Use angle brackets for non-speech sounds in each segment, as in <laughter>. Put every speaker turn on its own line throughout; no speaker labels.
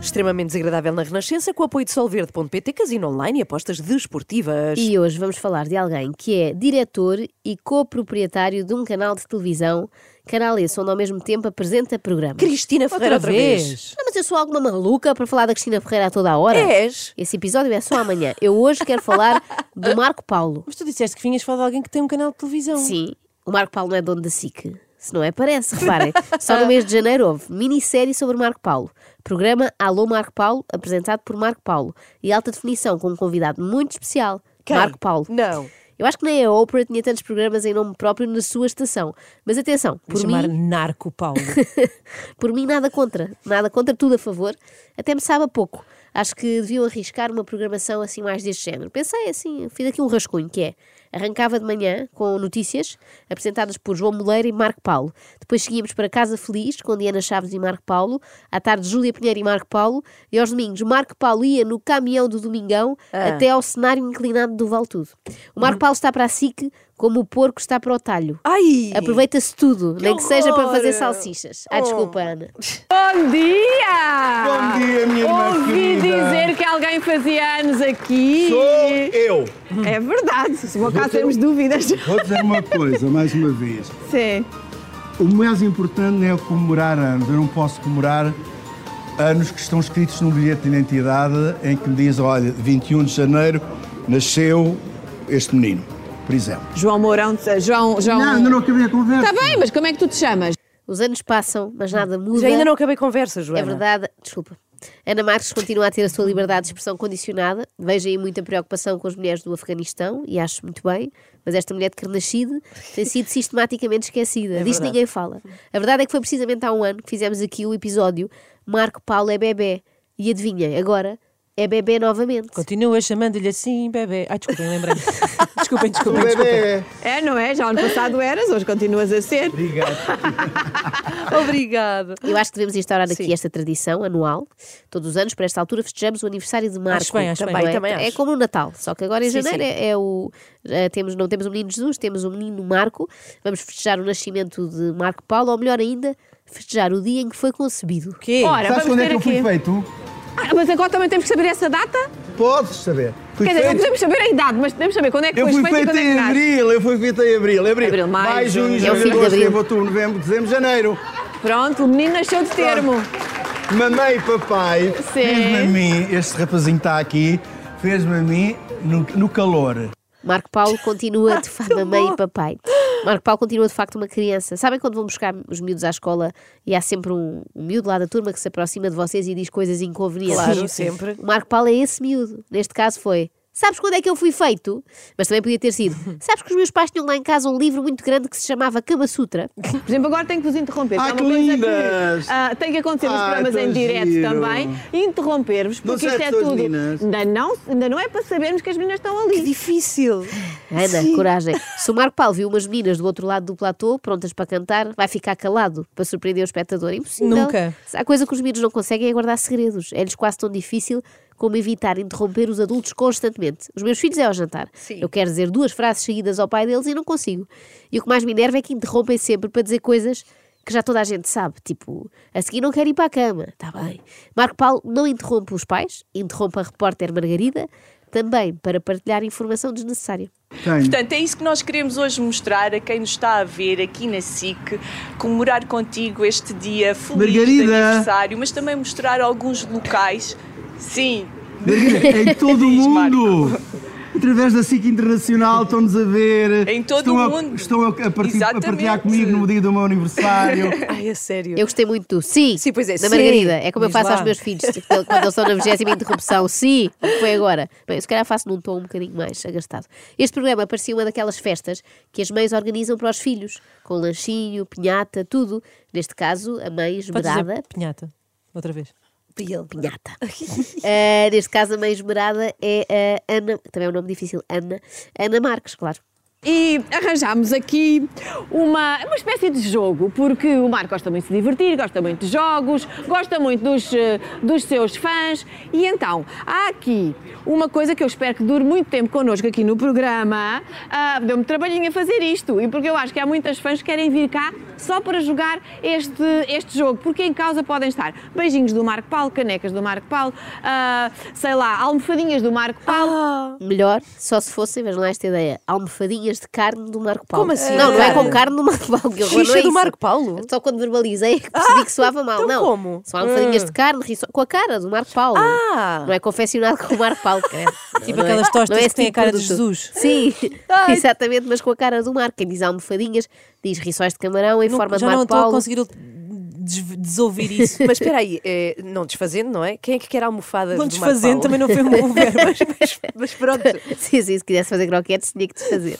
extremamente desagradável na Renascença com o apoio de solverde.pt, casino online e apostas desportivas.
E hoje vamos falar de alguém que é diretor e coproprietário de um canal de televisão, canal esse onde ao mesmo tempo apresenta programas.
Cristina Ferreira
outra vez.
Ah, mas eu sou alguma maluca para falar da Cristina Ferreira a toda a hora?
És?
Esse episódio é só amanhã. Eu hoje quero falar do Marco Paulo.
Mas tu disseste que vinhas falar de alguém que tem um canal de televisão.
Sim, o Marco Paulo não é dono da SIC. Se não é, parece, reparem. Só no mês de janeiro houve minissérie sobre Marco Paulo. Programa Alô Marco Paulo, apresentado por Marco Paulo. E alta definição com um convidado muito especial,
Quem?
Marco Paulo.
Não.
Eu acho que nem a Oprah tinha tantos programas em nome próprio na sua estação. Mas atenção,
Vou
por
chamar
mim,
Narco Paulo.
<laughs> por mim nada contra. Nada contra, tudo a favor. Até me sabe a pouco. Acho que deviam arriscar uma programação assim mais deste género. Pensei assim, fiz aqui um rascunho, que é... Arrancava de manhã com notícias apresentadas por João Moleiro e Marco Paulo. Depois seguíamos para Casa Feliz com Diana Chaves e Marco Paulo. À tarde, Júlia Pinheiro e Marco Paulo. E aos domingos, Marco Paulo ia no caminhão do Domingão até ao cenário inclinado do Valtudo. O Marco Paulo está para a SIC como o porco está para o talho.
Ai!
Aproveita-se tudo, nem que seja para
horror! Oh.
fazer salsichas. Ah, desculpa, Ana.
Bom dia!
Bom dia, minha irmã
Ouvi
querida.
dizer que alguém fazia anos aqui.
Sou eu!
É verdade, se por acaso temos dúvidas.
Vou dizer uma coisa, mais uma vez.
Sim.
O mais importante não é comemorar anos. Eu não posso comemorar anos que estão escritos num bilhete de identidade em que me diz, olha, 21 de janeiro nasceu este menino, por exemplo.
João Mourão, João. João...
Não, Ah, ainda não acabei a conversa.
Está bem, mas como é que tu te chamas?
Os anos passam, mas nada muda.
Já ainda não acabei a conversa, Joana.
É verdade, desculpa. Ana Marques continua a ter a sua liberdade de expressão condicionada. Vejo aí muita preocupação com as mulheres do Afeganistão e acho muito bem, mas esta mulher de Carnachide tem sido sistematicamente esquecida.
<laughs> É
Disto ninguém fala. A verdade é que foi precisamente há um ano que fizemos aqui o episódio Marco Paulo é bebê. E adivinha, agora é bebê novamente.
Continua chamando-lhe assim, bebê. Ai, desculpem, lembrei. desculpem, desculpem, desculpem.
Bebê.
É, não é? Já ano passado eras, hoje continuas a ser.
Obrigado.
<laughs> Obrigada.
Eu acho que devemos instaurar aqui esta tradição anual. Todos os anos, para esta altura, festejamos o aniversário de Marco.
bem, acho
também,
bem.
é?
Também
é
acho.
como o Natal, só que agora em
Sim,
janeiro É, é o. já temos, não temos o menino Jesus, temos o menino Marco. Vamos festejar o nascimento de Marco Paulo, ou melhor ainda, festejar o dia em que foi concebido.
O quê?
Ora,
Sabes
vamos
quando
ver
é que eu fui
aqui.
feito?
Ah, mas agora também temos que saber essa data?
Podes saber. Fui
Quer dizer, não
feito.
podemos saber a idade, mas podemos saber quando é que
Eu
foi
fui
feito e
feito
quando é que
em
nasce.
abril, eu fui feito em abril. Abril, um
Abril, maio,
junho,
junho.
É o fim
julho,
de
agosto,
abril.
setembro, outubro, novembro, dezembro, janeiro.
Pronto, o menino nasceu de termo.
Mamãe e papai fez-me a mim, este rapazinho está aqui, fez-me a mim no, no calor.
Marco Paulo
<laughs>
continua de facto mamãe e papai. Marco Paulo continua de facto uma criança. Sabem quando vão buscar os miúdos à escola e há sempre um, um miúdo lá da turma que se aproxima de vocês e diz coisas inconvenientes?
Claro, sempre.
O Marco Paulo é esse miúdo. Neste caso foi. Sabes quando é que eu fui feito? Mas também podia ter sido.
<laughs>
Sabes que os meus pais tinham lá em casa um livro muito grande que se chamava Kama Sutra?
Por exemplo, agora tenho que vos interromper.
Ai,
Há uma
que
coisa
lindas!
Que, ah, tem que acontecer nos
Ai,
programas
tão
em direto
giro.
também. Interromper-vos,
Não
porque isto
serve
é
só as
tudo.
meninas.
Ainda não, ainda não é para sabermos que as meninas estão ali.
Difícil.
Ana, É, coragem. Se o Marco Paulo viu umas meninas do outro lado do platô, prontas para cantar, vai ficar calado para surpreender o espectador. Impossível.
Nunca.
Se Há coisa que os miúdos não conseguem é guardar segredos. É-lhes quase tão difícil como evitar interromper os adultos constantemente. Os meus filhos é ao jantar.
Sim.
Eu quero dizer duas frases seguidas ao pai deles e não consigo. E o que mais me enerva é que interrompem sempre para dizer coisas que já toda a gente sabe. Tipo, a seguir não quero ir para a cama. Está bem. Marco Paulo não interrompe os pais, interrompe a repórter Margarida, também para partilhar informação desnecessária.
Tenho.
Portanto, é isso que nós queremos hoje mostrar a quem nos está a ver aqui na SIC, comemorar contigo este dia feliz de
Margarida!
aniversário, mas também mostrar alguns locais. Sim,
Em todo o
Diz,
mundo! Através da SIC Internacional estão-nos a ver.
Em todo
estão
o
a-
mundo.
Estão a, a, partir- a
Exatamente.
partilhar comigo no dia do meu aniversário.
Ai, é sério.
Eu gostei muito do sim.
Sim, pois é,
Da
sim.
Margarida. É como eu
Diz
faço
lá.
aos meus filhos, <laughs> tipo, quando eles estão na 20 interrupção. Sim, o que foi agora. Bem, eu se calhar faço num tom um bocadinho mais agastado. Este programa parecia uma daquelas festas que as mães organizam para os filhos, com lanchinho, pinhata, tudo. Neste caso, a mãe
Podes dizer
esmerada.
pinhata. Outra vez.
Pinhata. Ah, neste caso, a mãe esmerada é a Ana, também é um nome difícil, Ana. Ana Marques, claro.
e arranjámos aqui uma, uma espécie de jogo, porque o Marco gosta muito de se divertir, gosta muito de jogos, gosta muito dos, eh, dos seus fãs. E então, há aqui uma coisa que eu espero que dure muito tempo connosco aqui no programa. Ah, Deu-me trabalhinho a fazer isto, e porque eu acho que há muitas fãs que querem vir cá só para jogar este, este jogo, porque em causa podem estar beijinhos do Marco Paulo, canecas do Marco Paulo, ah, sei lá, almofadinhas do Marco Paulo.
Melhor, só se fossem, vejam lá esta ideia, almofadinhas de carne do Marco Paulo.
Como assim?
Não, não é
Cara.
com carne do Marco Paulo. Que horror,
Xixa
não é
do
isso.
Marco Paulo?
Só quando verbalizei é que percebi que soava mal.
então
não,
como?
são almofadinhas de carne ri só- com a cara do Marco Paulo.
Ah!
Não é confeccionado com o Marco Paulo, <laughs> credo.
Tipo
Não é-
aquelas tostas
não é
que
esse
têm a
tipo
cara de
produto.
Jesus.
Sim, exatamente, mas com a cara do Marco. Quem diz almofadinhas, diz rissóis de camarão em
Não-
forma de
já não
Marco
estou a
Paulo.
conseguir des- desouvir isso.
Mas espera aí, eh, não desfazendo, não é? Quem é que quer a almofada do
Não
Marco Paulo?
desfazendo também não foi um bom verbo.
mas, mas- mas pronto.
<laughs> Sim, sim, se quisesse fazer croquetes, tinha que desfazer.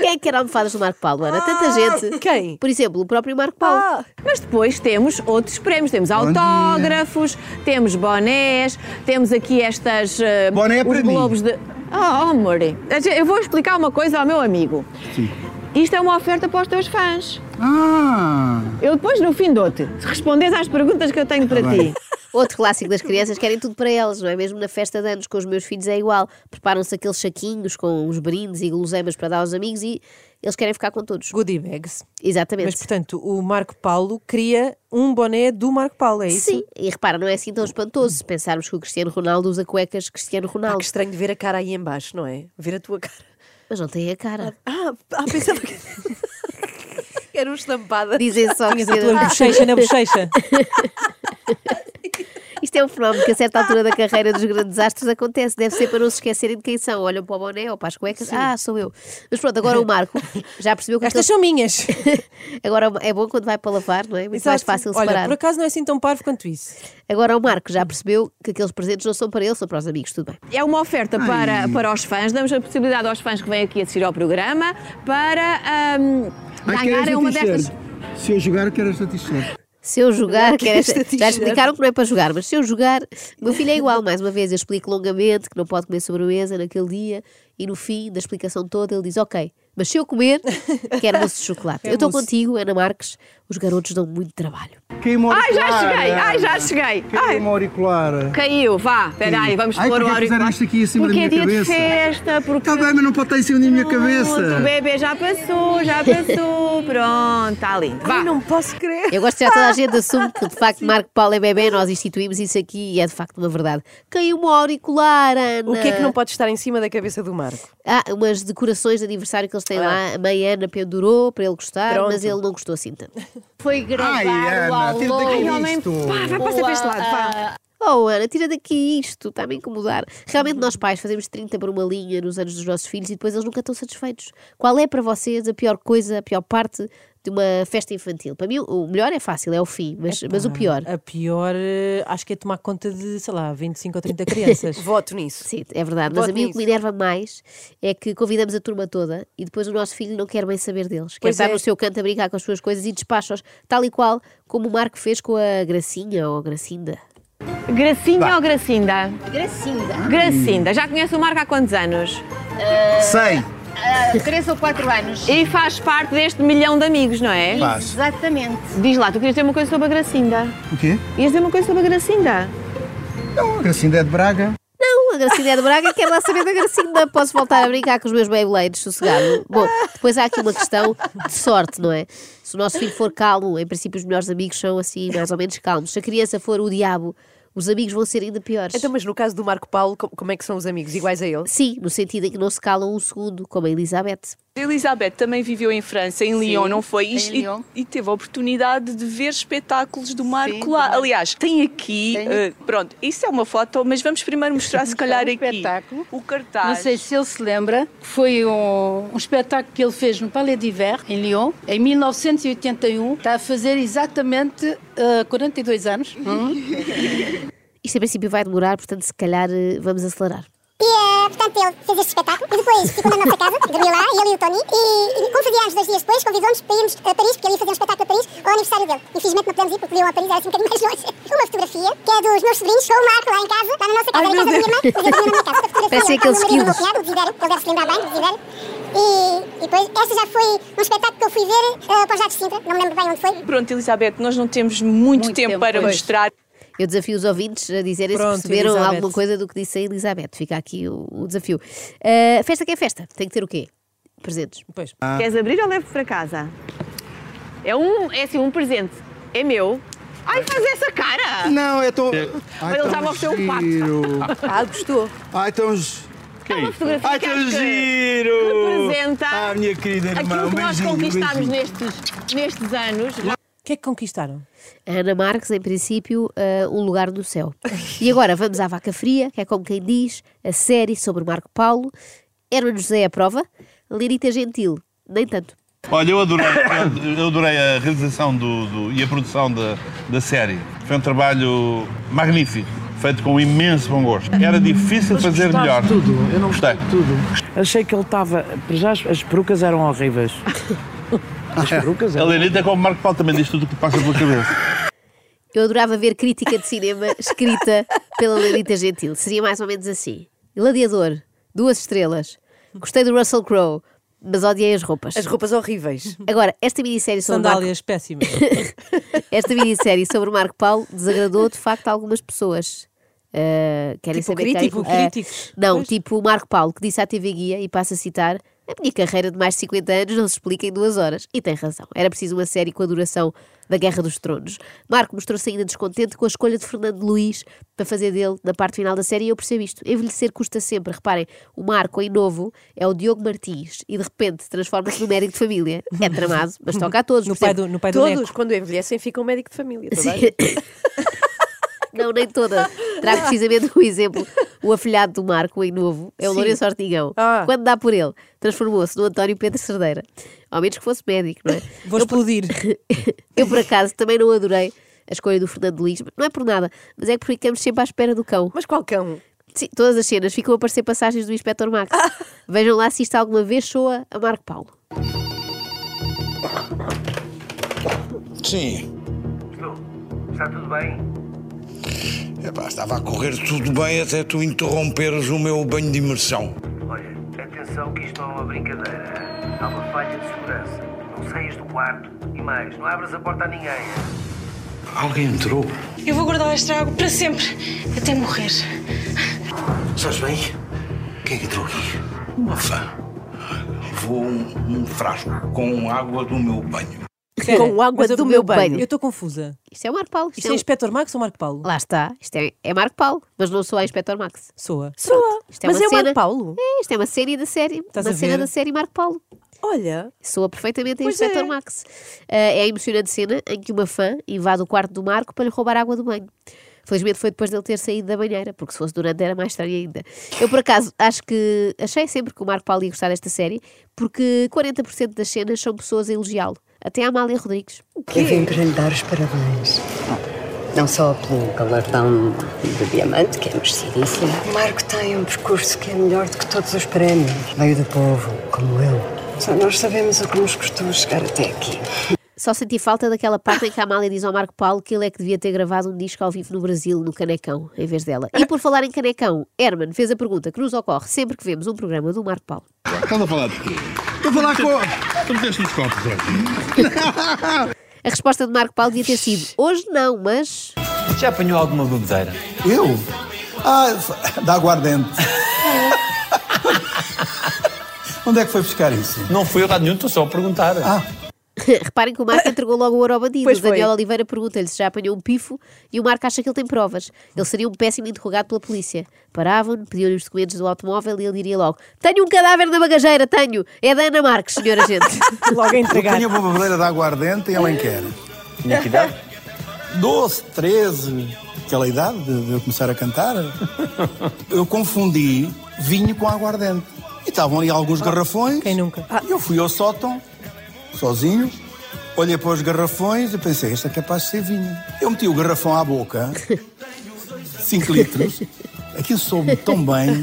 Quem é que quer almofadas do Marco Paulo, Ana? Tanta gente.
Quem?
Por exemplo, o próprio Marco Paulo.
Mas depois temos outros prémios, temos
dia.
autógrafos, temos bonés, temos aqui estas eh,
Boné é
os
para mim.
globos de. Oh, oh amor, eu vou explicar uma coisa ao meu amigo.
Sim.
Isto é uma oferta para os teus fãs.
Ah!
Eu depois, no fim, dou-te. Se respondes às perguntas que eu tenho para ti.
Tá bem.
Outro clássico das crianças, querem tudo para elas, não é? Mesmo na festa de anos com os meus filhos é igual. Preparam-se aqueles saquinhos com os brindes e guloseimas para dar aos amigos e eles querem ficar com todos.
Goodie bags. Mas,
Exatamente.
portanto, o Marco Paulo cria um boné do Marco Paulo, é isso?
Sim, e repara, não é assim tão espantoso se pensarmos que o Cristiano Ronaldo usa cuecas Cristiano
Ah,
Ronaldo,
que estranho de ver a cara aí em baixo, não é? Ver a tua cara.
mas não tem a cara.
Ah, ah pensava que... <laughs> Era um estampada.
Dizem só que
Tinhas a tua
<laughs>
bochecha na bochecha.
isto é um fenómeno que a certa altura da carreira dos grandes astros acontece. Deve ser para não se esquecerem de quem são. Olham para o boné ou para as cuecas. Ah, sou eu. Mas pronto, agora o Marco já percebeu que
Estas
aquele-
são minhas.
agora é bom quando vai para lavar, não é? <laughs> Muito mais
Exato.
fácil
Olha,
separar.
por acaso não é assim tão parvo quanto isso.
Agora o Marco já percebeu que aqueles presentes não são para ele, são para os amigos, tudo bem.
É uma oferta para,
Ai.
para os fãs. Damos a possibilidade aos fãs que vêm aqui assistir ao programa para ahm,
Ah, quero
ganharem
esta
é uma
t-shirt.
destas.
Se eu jogar, quero esta t-shirt.
Se eu jogar, que era-
esta
já
t-shirt.
explicaram que não é para jogar, mas se eu jogar, o meu filho é igual, mais uma vez, eu explico longamente que não pode comer sobremesa naquele dia e no fim da explicação toda ele diz ok, mas se eu comer, quero moço de
<laughs>
chocolate.
É
eu estou
mousse.
contigo, Ana Marques, os garotos dão muito trabalho.
Queima o
Ai, já
auricular,
cheguei,
Ana.
ai, já cheguei. Ai.
Queima o auricular.
Caiu, vá, peraí, vamos
Ai,
pôr o
porque é que
auricular.
fizeram isto aqui em cima da
porque é
minha
dia
cabeça?
de festa, porque
Está Tá bem, mas não pode estar em cima da minha cabeça.
O bebê já passou, já
<laughs>
passou. Pronto, está lindo. Vá.
Ai, não posso crer.
Eu gosto de já toda a gente assume que
<laughs>
de facto Marco Paulo é bebê, nós instituímos isso aqui e é de facto uma verdade. Caiu uma auricular, Ana!
O que é que não pode estar em cima da cabeça do Marco?
Ah, umas decorações de aniversário que eles têm lá. A mãe Ana pendurou para ele gostar,
Ah. Pronto.
mas ele não gostou assim tanto.
Foi gravar
Ai,
o
Ana, tenta
alô.
que
Ai, homem,
isto.
pá, vai passar para este lado, pá.
Oh, Ana, tira daqui isto, está-me a incomodar. Realmente, nós
Uhum.
pais fazemos 30 por uma linha nos anos dos nossos filhos e depois eles nunca estão satisfeitos. Qual é para vocês a pior coisa, a pior parte de uma festa infantil? Para mim, o melhor é fácil, é o fim, mas, mas o pior.
A pior, eh, acho que é tomar conta de, sei lá, 25 ou 30 crianças.
<laughs> Voto nisso.
Sim, é verdade. Mas
Voto
a mim o
nisso.
que me enerva mais é que convidamos a turma toda e depois o nosso filho não quer bem saber deles. Quer
Pois
estar
é.
no seu canto a brincar com as suas coisas e despacha-os, tal e qual como o Marco fez com a Gracinha ou a Gracinda.
ah,
Gracinha ou Gracinda?
Gracinda.
Gracinda. Já conhece o Marco há quantos anos?
Sei.
Ah, Três ou quatro anos.
E faz parte deste milhão de amigos, não é?
Paz.
Exatamente.
Diz lá, tu querias dizer uma coisa sobre a Gracinda?
O quê?
Ias dizer uma coisa sobre a Gracinda?
Não, Gracinda é de Braga.
Não, a Gracinda é de Braga quer lá saber da Gracinda. Posso voltar a brincar com os meus Beyblades, sossegado. Bom, depois há aqui uma questão de sorte, não é? Se o nosso filho for calmo, em princípio os melhores amigos são assim, mais ou menos calmos. Se a criança for o diabo, os amigos vão ser ainda piores.
Então, mas no caso do Marco Paulo, co- como é que são os amigos? Iguais a ele?
Sim, no sentido em que não se calam um segundo, como a Elizabeth.
Elizabeth também viveu em França, em Lyon, não foi? E,
em
e-
Lyon.
e teve a oportunidade de ver espetáculos do Marco
do
lá.
Marco.
Aliás, tem aqui,
Tem.
eh, pronto, isso é uma foto, mas vamos primeiro mostrar, se calhar,
um
aqui
espetáculo.
o cartaz.
Não sei se ele se lembra, foi um, um espetáculo que ele fez no Palais d'Hiver, em Lyon, em 1981. Está a fazer exatamente ah, 42 anos.
Hum.
Isto em princípio vai demorar, portanto se calhar eh, vamos acelerar.
Pierre, portanto, ele fez este espetáculo e depois ficou na nossa casa, dormiu lá, ele e o Tony. E, e como fazíamos dois dias depois, convidou-nos para irmos a Paris, porque ele ia fazer um espetáculo a Paris, ao aniversário dele. Infelizmente não pudemos ir porque o a Paris era assim um bocadinho mais longe. Uma fotografia que é dos meus sobrinhos, com o Marco lá em casa, lá na nossa casa,
Ai,
em casa da
meu
minha mãe, mas eu dormi na minha casa. A fotografia
Parece
é o
aqueles
meu marido e o meu
quilos.
cunhado, o Desidério, ele deve se lembrar bem, o Desidério. E, e depois, esta já foi um espetáculo que eu fui ver eh, para os Jatos de Sintra, não me lembro bem onde foi.
Pronto, Elizabeth, nós não temos muito,
Muito
tempo,
tempo,
para
pois.
mostrar.
Eu desafio os ouvintes a dizerem
Pronto,
se perceberam
Elizabeth.
alguma coisa do que disse a Elizabeth. Fica aqui o, o desafio. Ah, festa que é festa. Tem que ter o quê? Presentes.
Pois.
Ah.
Queres abrir ou levo para casa? É um, é assim, um presente. É meu. Ai, faz essa cara!
Não, eu estou.
Olha, ele já mostrou um pato.
<laughs> pato.
Ah, gostou.
Ai, tão. gi-
É uma fotografia
Ai,
que
tão
acho que
giro!
representa
Ah, minha querida irmã.
aquilo que
um
nós
beijinho,
conquistámos
beijinho.
nestes, nestes anos.
O que é que conquistaram?
A Ana Marques, em princípio, ah, um lugar no céu. E agora vamos à Vaca Fria, que é como quem diz, a série sobre Marco Paulo. Herman José à prova. Lirita Gentil, nem tanto.
Olha, eu adorei, eu- eu adorei a realização do, do- e a produção da, da série. Foi um trabalho magnífico, feito com imenso bom gosto. Era difícil fazer
gostaste
melhor.
de tudo? Eu não gostei
Gostei.
de tudo. Achei que ele estava. Para já as, as perucas eram horríveis. As perucas
A
eram.
Lenita é como o Marco Paulo também diz tudo o que passa pela cabeça.
Eu adorava ver crítica de cinema <laughs> escrita pela Lirita Gentil. Seria mais ou menos assim. Gladiador, duas estrelas. Gostei do Russell Crowe, mas odiei as roupas.
As roupas horríveis.
Agora, esta minissérie sobre Marco,
Uhum. Sandálias péssimas.
esta minissérie sobre Marco Paulo desagradou de facto algumas pessoas. Ah, querem
Tipo
saber
crítico,
quem, ah,
críticos.
não, tipo o Marco Paulo que disse à TV Guia e passa a citar a minha carreira de mais de 50 anos não se explica em duas horas e tem razão, era preciso uma série com a duração da Guerra dos Tronos Marco mostrou-se ainda descontente com a escolha de Fernando Luís para fazer dele na parte final da série e eu percebo isto, envelhecer custa sempre reparem, o Marco em novo é o Diogo Martins e de repente transforma-se no médico de família, é tramado mas toca a todos
No
percebe?
pai do, no pai do
Todos,
Neco.
quando envelhecem, ficam médico de família.
Tá
toda a
Sim.
gente.
<laughs> Não, nem toda. Trago precisamente o exemplo. O afilhado do Marco, em novo, é o
Sim.
Lourenço Ortigão.
Ah.
Quando dá por ele, transformou-se no António Pedro Cerdeira. Ao menos que fosse médico, não é?
Vou explodir.
<laughs> Eu, por acaso, também não adorei a escolha do Fernando Luís. Não é por nada, mas é que ficamos sempre à espera do cão.
Mas qual é um cão?
Sim, todas as cenas ficam a aparecer passagens do Inspector Max. Vejam lá se isto alguma vez soa a Marco Paulo.
Sim.
Está tudo bem?
Epá, estava a correr tudo bem até tu interromperes o meu banho de imersão.
Olha, atenção que isto não é uma brincadeira. Há uma falha de segurança. Não saias do quarto e mais, não abras a porta a ninguém.
Alguém entrou.
Eu vou guardar este trago para sempre, até morrer.
Estás bem? Quem é que entrou aqui? Uma fã. Vou um, um frasco com água do meu banho.
Com água
Mas
do
eu-
meu banho. um
Eu estou confusa.
Isto é o Marco Paulo. Isto
Isto
é
é
o-
Inspector Max ou Marco Paulo?
Lá está. Isto é, é Marco Paulo, mas não soa a Inspector Max.
Soa.
Soa.
Isto é
Mas
uma
é o
cena-
Marco Paulo.
É, isto é uma série da série.
Estás
uma
a
cena
ver?
da série Marco Paulo.
Olha,
Soa perfeitamente a
Pois
Inspector
é.
Max. Ah, é a emocionante cena em que uma fã invade o quarto do Marco para lhe roubar água do banho. Felizmente foi depois dele ter saído da banheira, porque se fosse durante era mais estranho ainda. Eu, por acaso, acho que achei sempre que o Marco Paulo ia gostar desta série, porque 40% das cenas são pessoas a elogiá-lo. Até a Amália Rodrigues.
Eu vim para lhe dar os parabéns. Não só pelo galardão de diamante, que é merecidíssimo. Marco tem um percurso que é melhor do que todos os prémios. Veio do povo, como eu. Só nós sabemos o que nos custou chegar até aqui.
Só senti falta daquela parte em que a Amália diz ao Marco Paulo que ele é que devia ter gravado um disco ao vivo no Brasil, no Canecão, em vez dela. E por falar em Canecão, Herman fez a pergunta que nos ocorre sempre que vemos um programa do Marco Paulo.
Estás a falar de quê?
Estou a falar com.
Tu meteste nos copos, olha.
A resposta de Marco Paulo devia ter sido: hoje não, mas. <laughs>
Já apanhou alguma bebedeira?
Eu? Ah, dá aguardente.
<laughs>
Onde é que foi buscar isso?
Não fui a lado nenhum, estou só a perguntar.
Reparem que o Marco entregou logo o ouro ao bandido.
Pois
O Daniel
foi.
Oliveira pergunta-lhe se já apanhou um pifo e o Marco acha que ele tem provas. Ele seria um péssimo interrogado pela polícia. Paravam-lhe, pediam-lhe os documentos do automóvel e ele diria logo: Tenho um cadáver na bagageira, tenho! É da Ana Marques, senhora gente. <laughs>
<laughs>
Logo a entregar.
Tenho uma bebedeira de aguardente e ela quer.
Tinha que idade?
12, 13, aquela idade de, de eu começar a cantar, eu confundi vinho com aguardente. E estavam ali alguns garrafões.
Quem nunca?
E eu fui ao sótão, sozinho, olhei para os garrafões e pensei, este é capaz de ser vinho. Eu meti o garrafão à boca,
5 litros, aquilo soube tão bem,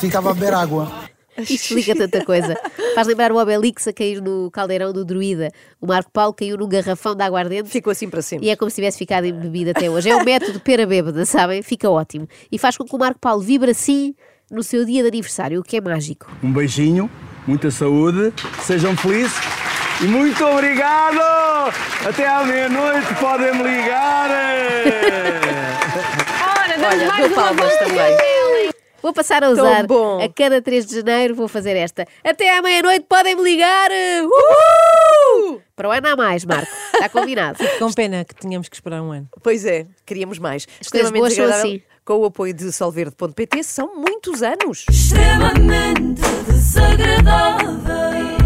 ficava a beber água.
Isto explica tanta coisa. Faz lembrar o Obelix a cair no caldeirão do druida. O Marco Paulo caiu num garrafão de aguardente.
Ficou assim para sempre.
E é como se tivesse ficado embebido até hoje. É um método pera bêbada, sabem? Fica ótimo. E faz com que o Marco Paulo vibre assim no seu dia de aniversário, o que é mágico.
Um beijinho, muita saúde, sejam felizes e muito obrigado! Até à meia-noite podem me ligar!
Ora, damos
Olha, dou
mais uma
palmas
volta.
também.
Vou passar a
Tão
usar
bom.
a cada 3 de janeiro, vou fazer esta. Até à meia-noite podem-me ligar! uh, Uhul! Para o ano há mais, Marco.
<laughs>
Está combinado.
é Com pena que tínhamos que esperar um ano.
Pois é, queríamos mais.
coisas boas são assim.
Com o apoio de solverde.pt são muitos anos.
extremamente desagradável.